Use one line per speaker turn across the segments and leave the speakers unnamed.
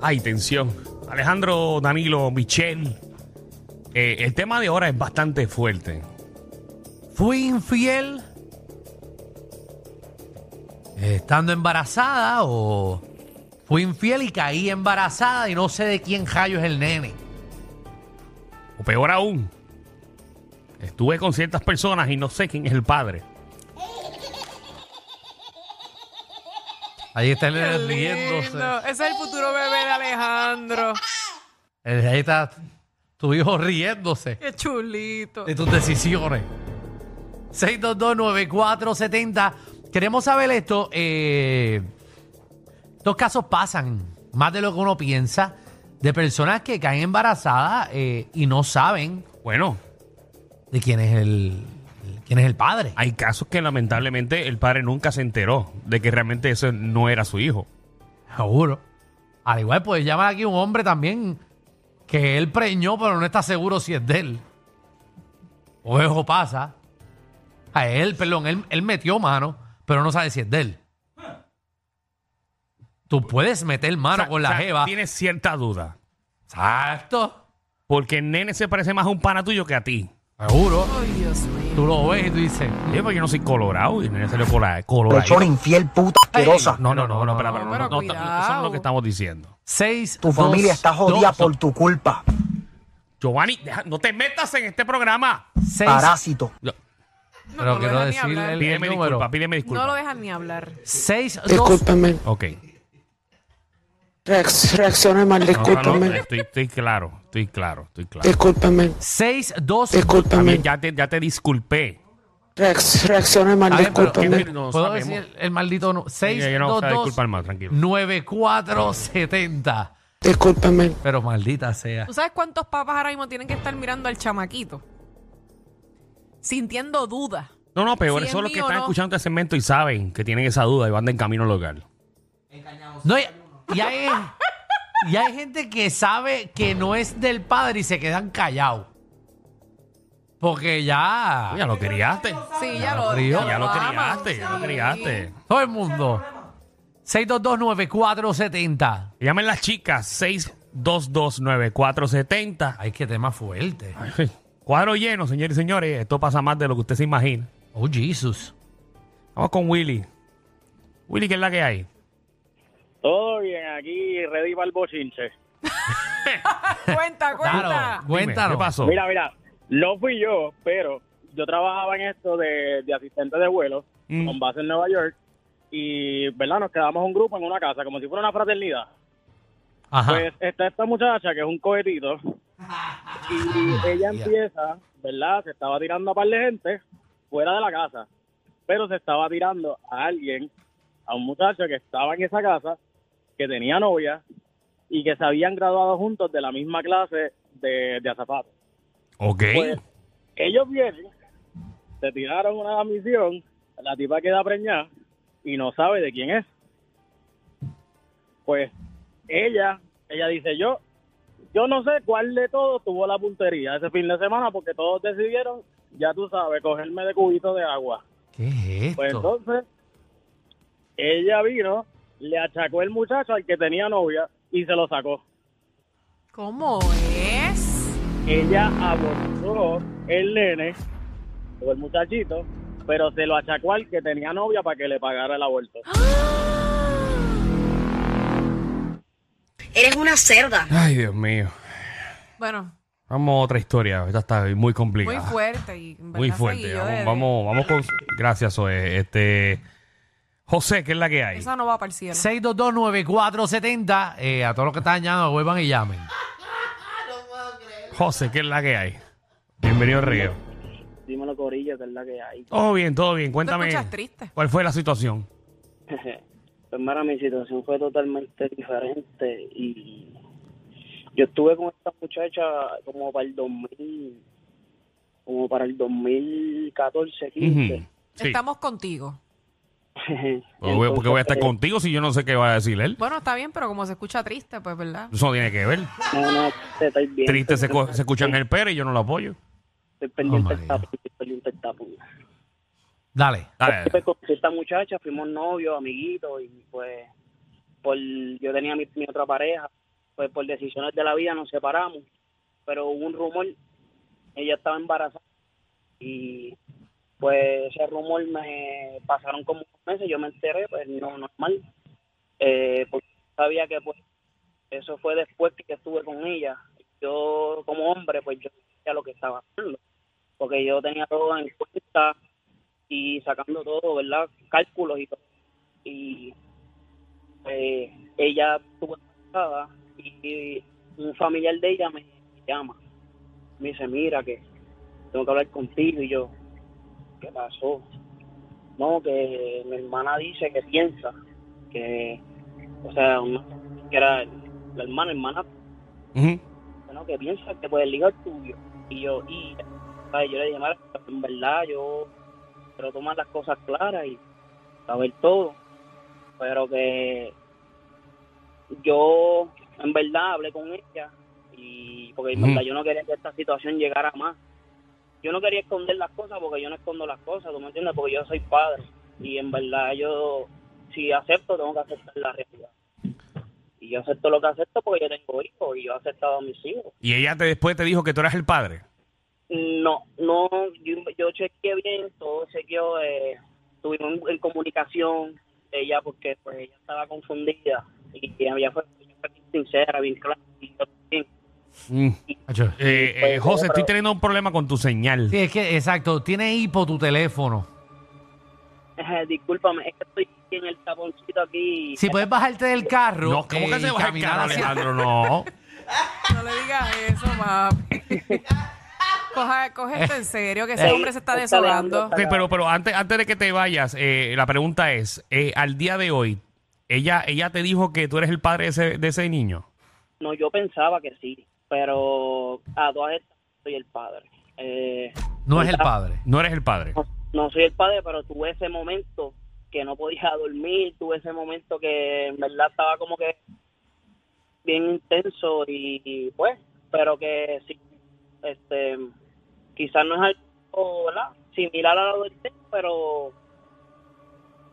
Ay, tensión. Alejandro, Danilo, Michelle. Eh, el tema de ahora es bastante fuerte.
Fui infiel eh, estando embarazada o fui infiel y caí embarazada y no sé de quién rayo es el nene.
O peor aún, estuve con ciertas personas y no sé quién es el padre.
Ahí está el nene riéndose.
Lindo. Ese es el futuro bebé de Alejandro.
El- Ahí está tu hijo riéndose
Qué chulito.
de tus decisiones. 6229470. Queremos saber esto. eh, estos casos pasan más de lo que uno piensa de personas que caen embarazadas eh, y no saben
Bueno,
de quién es el, el- quién es el padre.
hay casos que lamentablemente el padre nunca se enteró de que realmente eso no era su hijo.
Seguro. Al igual puede llamar aquí un hombre también que él preñó, pero no está seguro si es de él. O eso pasa. A él, perdón, él, él metió mano, pero no sabe si es de él. Tú puedes meter mano
O sea,
con
o
la
sea,
jeva.
Tienes cierta duda.
Exacto.
Porque el nene se parece más a un pana tuyo que a ti.
Seguro.
Ay, Dios mío.
Tú lo ves y tú dices.
Oye, pues yo no soy colorado y el nene salió cola- colorado.
Persona infiel, puta, asquerosa.
No, no, no, no, espera, espera, no,
No, pero
no, no, eso no es lo
cuidado.
que estamos diciendo.
6.
Tu familia está jodida por tu culpa.
Giovanni, deja- no te metas en este programa.
Parásito.
Pero
no lo
quiero
dejan ni
decirle
hablar.
el, el
Pídeme
número.
disculpas, pídeme disculpas.
No lo dejan ni hablar.
622.
Ok.
Reacc- Reaccione mal,
No, eh. no, no,
discúlpame,
estoy, estoy claro, estoy claro, estoy claro.
discúlpame,
622.
discúlpame.
También ya te, ya te disculpé.
Reacc- Reaccione mal,
Está bien, pero
discúlpame.
¿qué- no
¿Puedo
sabemos?
decir el maldito no?
yo
6
Eh, no voy a disculpar más,
Mm.
tranquilo.
9470
Discúlpame,
Pero maldita sea.
¿Tú sabes cuántos papás ahora mismo tienen que estar mirando al chamaquito? Sintiendo duda.
No, no, peor,
Si es
eso es los que
mío,
están
no.
escuchando este segmento y saben que tienen esa duda y van de en camino al hogar.
No, y, y hay, y hay gente que sabe que no es del padre y se quedan callados. Porque ya.
Ya lo criaste.
Sí, ya, lo,
frío.
Ya lo
aman.
criaste, ya lo
Sí.
criaste.
Todo el mundo. 6229470.
Llamen las chicas 6229470.
Ay, qué tema fuerte.
Cuadro lleno, señores y señores. Esto pasa más de lo que usted se imagina.
Oh, Jesus.
Vamos con Willy. Willy, ¿qué es la que hay?
Todo bien, aquí ready para el bochinche.
Cuenta, cuenta.
Claro,
Dime,
cuéntanos.
¿Qué pasó?
Mira, mira, no fui yo, pero yo trabajaba en esto de, de asistente de vuelo
Mm.
con base en Nueva York y, ¿verdad? Nos quedamos un grupo en una casa, como si fuera una fraternidad.
Ajá.
Pues está esta muchacha que es un cohetito y ella
Ya.
empieza, ¿verdad? Se estaba tirando a par de gente fuera de la casa, pero se estaba tirando a alguien, a un muchacho que estaba en esa casa, que tenía novia y que se habían graduado juntos de la misma clase de, de azafato.
Ok.
Pues ellos vienen, se tiraron una misión, la tipa queda preñada y no sabe de quién es. Pues ella, ella dice yo, yo no sé cuál de todos tuvo la puntería ese fin de semana porque todos decidieron, ya tú sabes, cogerme de cubito de agua.
¿Qué es
Pues
esto?
entonces, ella vino, le achacó el muchacho al que tenía novia y se lo sacó.
¿Cómo es?
ella abortó el nene o el muchachito, pero se lo achacó al que tenía novia para que le pagara el aborto.
Eres una cerda.
Ay, Dios mío.
Bueno,
Vamos a otra historia. Esta está muy
muy
complicada.
fuerte. Y en
Muy
verdad
fuerte.
seguido
Vamos,
de-
vamos, vamos con. Gracias, Zoe. Este. José, ¿qué es la que hay?
Esa no va para el cielo.
6229470. Eh, a todos los que están llamando, vuelvan y llamen.
José, ¿qué es la que hay? Bienvenido, al Reguero.
Dímelo, Corillo, que es la que hay.
Todo bien, todo bien.
¿Te
Cuéntame.
escuchas triste?
¿Cuál fue la situación?
Pues mira, mi situación fue totalmente diferente y yo estuve con esta muchacha como para el 2000, como para el 2014, 15.
Ujú. Sí.
Estamos contigo.
Pues, güey, Porque voy a estar
Entonces,
contigo si yo no sé qué va a decir él.
Bueno, está bien, pero como se escucha triste, pues, ¿verdad?
Eso no tiene que ver.
No, no, te estáis bien.
Triste se, co- se escucha en el Pérez y yo no lo apoyo.
Estoy pendiente
Oh,
del
María.
tapón, estoy pendiente del tapón.
Dale.
Dale.
Pues con esta muchacha fuimos novios, amiguitos, y pues por, yo tenía mi, mi otra pareja, pues por decisiones de la vida nos separamos, pero hubo un rumor, ella estaba embarazada, y pues ese rumor me pasaron como unos meses, yo me enteré, pues no, normal, eh, porque sabía que pues eso fue después que yo estuve con ella, yo como hombre pues yo sabía lo que estaba haciendo, porque yo tenía todo en cuenta, y sacando todo, ¿verdad? Cálculos y todo. Y eh, ella estuvo embarazada y un familiar de ella me llama. Me dice, mira que tengo que hablar contigo. Y yo, ¿qué pasó? No, que mi hermana dice que piensa que, o sea, una- que era la hermana, hermana
Ujú.
bueno, que piensa que pues el hijo es tuyo. Y yo, y ¿sabes? yo le dije, mira, en verdad yo quiero tomar las cosas claras y saber todo. Pero que yo en verdad hablé con ella y porque en
Ujú.
verdad yo no quería que esta situación llegara a más. Yo no quería esconder las cosas porque yo no escondo las cosas, ¿tú me entiendes? Porque yo soy padre y en verdad yo si acepto tengo que aceptar la realidad. Y yo acepto lo que acepto porque yo tengo hijos y yo he aceptado a mis hijos.
Y ella te, después te dijo que tú eras el padre.
No, no, yo, yo chequeé bien, todo chequeó, eh, estuvimos en, en comunicación, ella porque pues ella estaba confundida y ella fue, ella fue bien sincera, bien clara. y yo también.
Acho.
Eh, eh, José, estoy teniendo un problema con tu señal.
Sí, es que, exacto, tiene hipo tu teléfono.
Eh, discúlpame, es que estoy en el taponcito aquí.
Si puedes bajarte del carro.
No, ¿cómo que
eh,
se
y
baja el
caminar
carro,
hacia-
Alejandro? No.
No le digas eso, papi. Coja, coge esto en serio, que ese
Ey,
hombre se está
está
desolando.
hablando.
Ok, pero, pero antes, antes de que te vayas, eh, la pregunta es, eh, al día de hoy, ella, ella te dijo que tú eres el padre de ese, de ese niño.
No, yo pensaba que sí, pero a todas estas soy el padre. Eh,
No es el padre.
No eres el padre.
no, no soy el padre, pero tuve ese momento que no podía dormir, tuve ese momento que en verdad estaba como que bien intenso y, y, pues, pero que sí, este, quizás no es algo, ¿verdad? Similar a lo del té, pero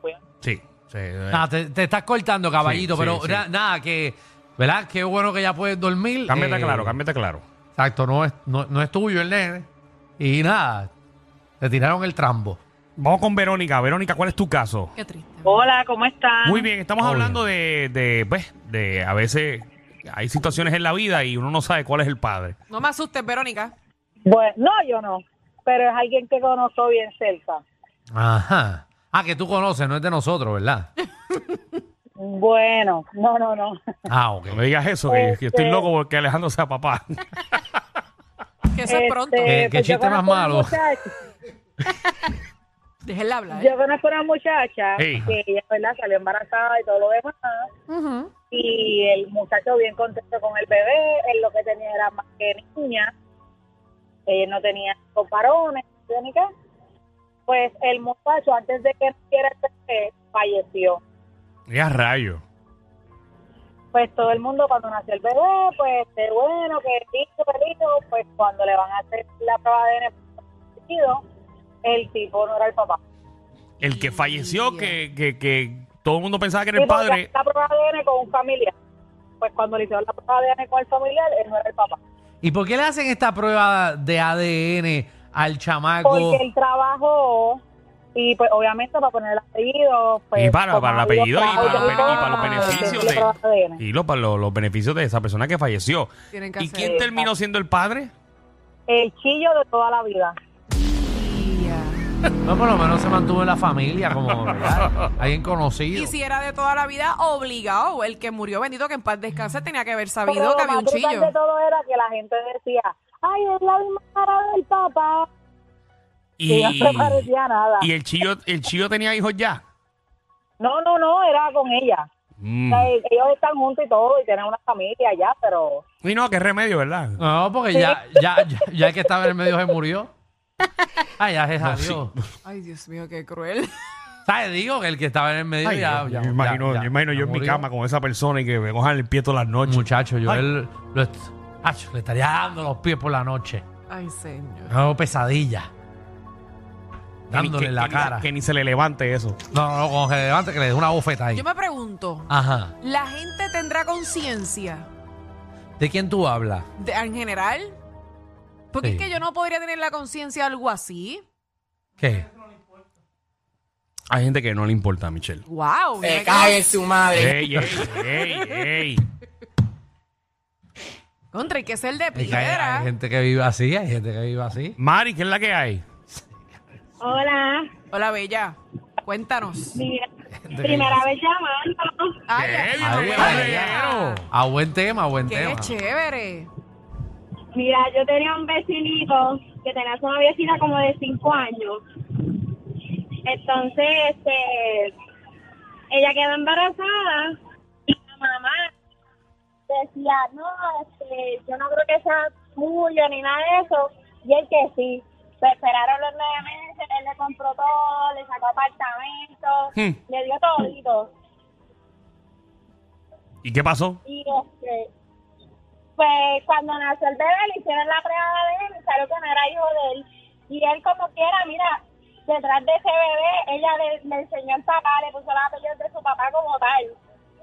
pues,
Sí. sí, eh.
Nada, te, te estás cortando, caballito,
Sí, sí,
pero
sí.
na- nada, que. ¿Verdad? Qué bueno que ya puedes dormir.
Cámbiate
eh,
claro, cámbiate claro.
Exacto, no es, no, no es tuyo el nene. Y nada, te tiraron el trambo.
Vamos con Verónica. Verónica, ¿cuál es tu caso?
Qué triste.
Hola, ¿cómo
Ah.
están?
Muy bien, estamos
Muy
hablando de, de, pues, de a veces hay situaciones en la vida y uno no sabe cuál es el padre.
No me asustes, Verónica.
Bueno, no, yo no, pero es alguien que conozco bien cerca.
Ajá. Ah, que tú conoces, no es de nosotros, ¿verdad?
Bueno, no, no, no.
Ah, ok.
No me digas eso, que, que estoy
Este-
loco porque Alejandro sea papá.
Que eso
Este,
es pronto.
Qué- qué
pues yo
chiste más
conozco una
malo.
muchacha-
Déjenla hablar. ¿eh?
Yo conozco una muchacha
Ey.
que ella, ¿verdad? Salió embarazada y todo lo demás.
Ujú.
Y el muchacho bien contento con el bebé, él lo que tenía era más que niña. Ella no tenía comparones, ni qué. Pues el muchacho, antes de que naciera el bebé, falleció.
Ya rayo.
pues todo el mundo cuando nació el bebé, pues qué bueno, que lindo, perrito, pues cuando le van a hacer la prueba de ADN positivo, el tipo no era el papá.
El que falleció,
Ya.
que, que, que todo el mundo pensaba que era
Sí,
el
porque
padre.
La prueba de ADN con un familiar. Pues cuando le hicieron la prueba de ADN con el familiar, él no era el papá.
¿Y por qué le hacen esta prueba de ADN al chamaco?
Porque él trabajó y pues obviamente para poner el apellido, pues...
Y para-
como
para el
ha habido
apellido y para
fraude
los bene- y para los
todo,
beneficios
pues, le
de-
prueba ADN.
Y lo, para lo- los beneficios de esa persona que falleció.
Tienen que
¿Y
hacer.
quién terminó siendo el padre?
El chillo de toda la vida.
Ya.
No, por lo menos se mantuvo en la familia, como ¿verdad? alguien conocido.
Y si era de toda la vida, obligado. El que murió, bendito que en paz descanse, tenía que haber
Pero
sabido
lo
que había
más
un
brutal de
chillo.
todo era que la gente decía, ay, es la misma cara del papá.
Y,
Y no se parecía a nada.
y el chillo, el chillo tenía hijos ya.
No, no, no, era con ella. O
Mm.
sea, ellos están juntos y todo, y tienen una familia allá, pero...
Y no, qué remedio, ¿verdad?
No, porque ya, ya, ya, ya el que estaba en el medio se murió. Ah, ya se
No,
salió.
Ay, Dios mío, qué cruel.
¿Sabes? Digo que el que estaba en el medio
Ay,
ya,
yo,
ya-
yo imagino,
ya-
yo, imagino
ya
yo en mi
murió.
cama con esa persona y que me cojan el pie todas las noches.
Muchacho, yo
Ay.
él lo est- Ach, le estaría dando los pies por la noche.
Ay, señor.
No, pesadilla.
Que ni-
Dándole
que-
en la
que-
cara.
Que ni se le levante eso.
No, no, con que levante que le dé una bofeta ahí.
Yo me pregunto,
Ajá.
¿la gente tendrá conciencia
¿De quién tú hablas?
de- en general? Porque
Sí.
es que yo no podría tener la conciencia de algo así.
¿Qué?
Hay gente que no le importa, Michelle.
¡Wow! mira que-
Eh, su madre.
¡Ey, ey, ey, ey!
Contra, hay que ser de
Hay, que- hay
piedra.
gente que vive así, hay gente que vive así.
Mari, ¿qué es la que hay?
Hola,
Hola, Bella. Cuéntanos.
mira,
que- primera
vez llamando.
Ay,
¡Qué
ay,
bien,
Ay,
buen
ay,
reguero!
A buen tema, a buen
¡Qué
tema.
chévere!
Mira, yo tenía un vecinito que tenía su noviecita como de cinco años. Entonces, este, ella quedó embarazada y la mamá decía, no, este, yo no creo que sea tuyo ni nada de eso. Y él que sí. Se esperaron los nueve meses, él le compró todo, le sacó apartamento,
Hmm.
le dio todito.
¿Y qué pasó?
Y este, pues cuando nació el bebé le hicieron la prueba de él y salió que no era hijo de él. Y él como quiera, mira, detrás de ese bebé, ella le, le enseñó al papá, le puso los apellidos de su papá como tal.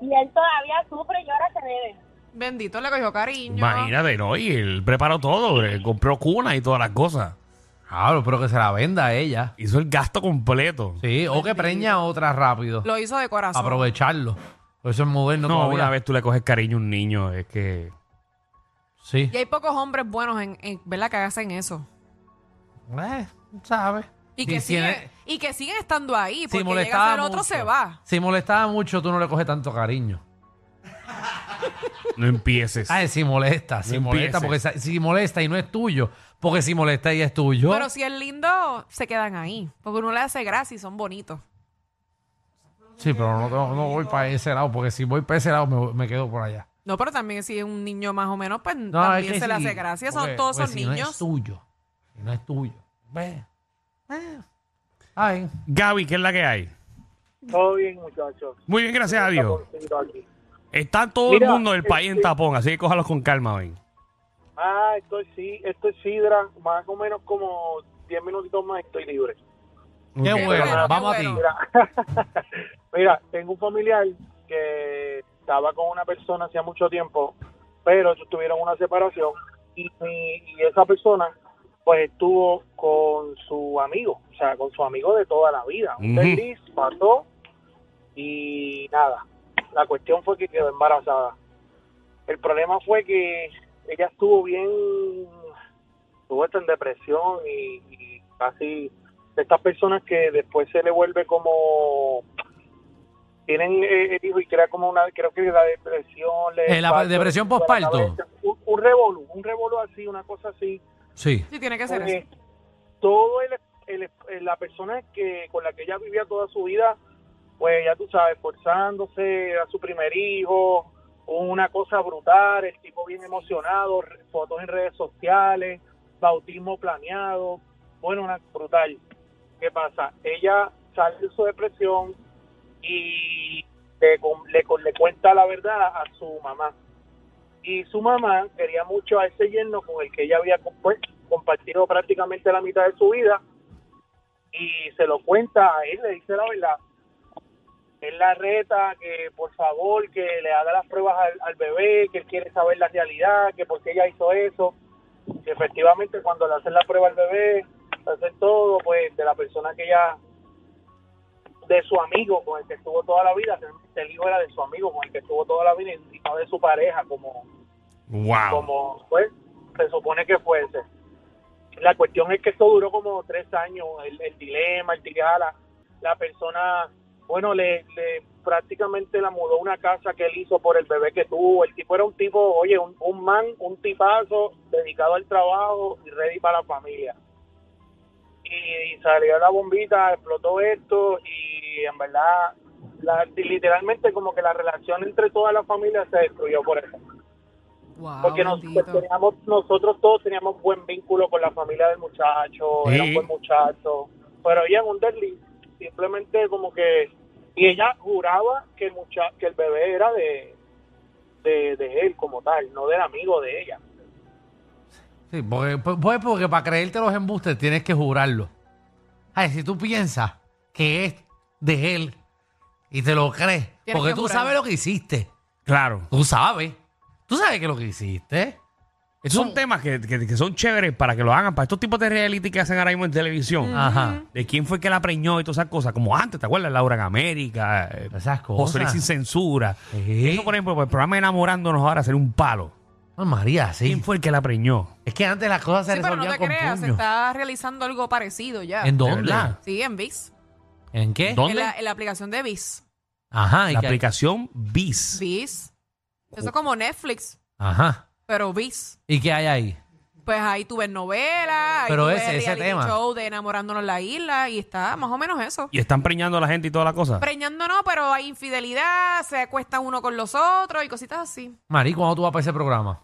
Y él todavía sufre y ahora se debe.
Bendito le cogió cariño.
Imagínate, ¿no? Y él preparó todo, le compró cuna y todas las cosas.
Claro, pero que se la venda a ella.
Hizo el gasto completo.
Sí, o que preña a otra rápido.
Lo hizo de corazón.
Aprovecharlo. Por Eso es moderno
No,
todavía.
una vez tú le coges cariño a un niño, es que...
Sí.
Y hay pocos hombres buenos en, en ¿verdad? que hacen eso.
Eh, ¿sabes?
Y que,
Si tiene-
siguen, y que siguen estando
si
ahí, porque llega a
molestaba
ser otro,
mucho,
se va.
Si molestaba mucho, tú no le coges tanto cariño.
No empieces.
Ay, si molesta, si
No
molesta,
empieces.
porque sa- si molesta y no es tuyo, porque si molesta y es tuyo.
Pero si es lindo, se quedan ahí. Porque uno le hace gracia y son bonitos.
Sí, pero no, tengo- no voy para ese lado, porque si voy para ese lado me, me quedo por allá.
No, pero también si es un niño más o menos, pues
No,
también
es que
se le
sí,
hace gracia. Son,
porque-
todos
porque
son
si No es
niños.
tuyo, si no es tuyo. Ve. Eh. Ay,
Gaby, ¿qué es la que hay?
Todo bien, muchachos.
Muy bien, gracias a Dios. Está todo el
Mira,
mundo del país en tapón, así que cójalos con calma, ven.
Ah, estoy sí, estoy sidra, más o menos como 10 minutitos más estoy libre.
qué
Ok.
bueno,
bueno, qué
vamos a ti.
bueno.
Mira, mira, tengo un familiar que estaba con una persona hacía mucho tiempo, pero ellos tuvieron una separación y, y- y esa persona pues estuvo con su amigo, o sea, con su amigo de toda la vida. Un
Ujú.
desliz, pasó y nada. La cuestión fue que quedó embarazada. El problema fue que ella estuvo bien, estuvo hasta en depresión y, y casi de estas personas que después se le vuelve como tienen eh, el hijo y crea como una creo que la depresión le
Eh, la
parte-
depresión
la cabeza,
postparto.
un, un revolú un revolú así una cosa así
Sí.
Sí, tiene que ser
porque
eso.
todo el, el- el- la persona que con la que ella vivía toda su vida pues ya tú sabes esforzándose era su primer hijo una cosa brutal el tipo bien emocionado re- fotos en redes sociales bautismo planeado bueno una brutal qué pasa ella sale de su depresión y le, con- le, con- le cuenta la verdad a su mamá y su mamá quería mucho a ese yerno con el que ella había com- pues, compartido prácticamente la mitad de su vida y se lo cuenta a él, le dice la verdad. Él la reta que por favor que le haga las pruebas al, al bebé, que él quiere saber la realidad, que por qué ella hizo eso. Y efectivamente cuando le hacen la prueba al bebé, le hacen todo, pues de la persona que ella, de su amigo con el que estuvo toda la vida, realmente el hijo era de su amigo con el que estuvo toda la vida y no de su pareja como,
Wow.
como pues, se supone que fuese. La cuestión es que esto duró como tres años, el, el dilema, el tirar la, la persona, bueno, le, le- prácticamente la mudó a una casa que él hizo por el bebé que tuvo. El tipo era un tipo, oye, un, un man, un tipazo, dedicado al trabajo y ready para la familia. Y, salió la bombita, explotó esto y en verdad la- literalmente como que la relación entre toda la familia se destruyó por eso.
Wow,
Porque nos-
bendito.
pues, teníamos, nosotros todos teníamos buen vínculo con la familia del muchacho,
Sí.
era un buen muchacho, pero había un desliz, simplemente como que... Y ella juraba que el, mucha- que el bebé era de, de, de él como tal, no del amigo de ella.
Sí, porque, pues, pues, porque para creerte los embustes tienes que jurarlo. Ay, si tú piensas que es de él y te lo crees,
Tienes
porque
que
tú
jurar.
sabes lo que hiciste.
Claro.
Tú sabes. Tú sabes que lo que hiciste.
Esos son
Son-
temas que, que- que son chéveres para que lo hagan, para estos tipos de reality que hacen ahora mismo en televisión. Ah,
Ajá.
De quién fue que la preñó y todas esas cosas, como antes, ¿te acuerdas? Laura en América, eh,
Esas cosas.
José Luis sin censura.
Sí.
Eso, por ejemplo, pues, el programa Enamorándonos ahora sería un palo.
Ay, María, sí.
¿Quién fue el que la preñó?
Es que antes las cosas se
Sí, pero no
resolvían
te
con
creas, se
puños.
está realizando algo parecido ya.
¿En
¿De
dónde?
verdad?
Sí, en VIX.
¿En qué?
¿Dónde?
En la, en la aplicación de VIX.
Ajá. ¿y
La
qué-
aplicación BIS.
VIX. Eso es como Netflix,
Ajá.
pero VIX.
¿Y qué hay ahí?
Pues ahí tú ves novelas, ahí
Pero
tú
ese-
ves
ese
reality
tema.
show de enamorándonos en la isla y está más o menos eso.
Y están preñando a la gente y toda la cosa.
Preñando no, pero hay infidelidad, se acuestan uno con los otros y cositas así.
Mari, ¿cuándo tú vas para ese programa?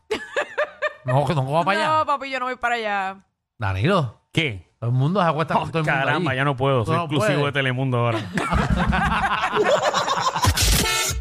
no, que no vas para
no,
allá.
papi, yo no voy para allá.
Danilo,
¿Qué?
todo el mundo se acuesta
Oh,
con todo el mundo.
caramba,
ahí.
ya no puedo.
Tú
Soy
no
exclusivo
puedes.
de Telemundo ahora.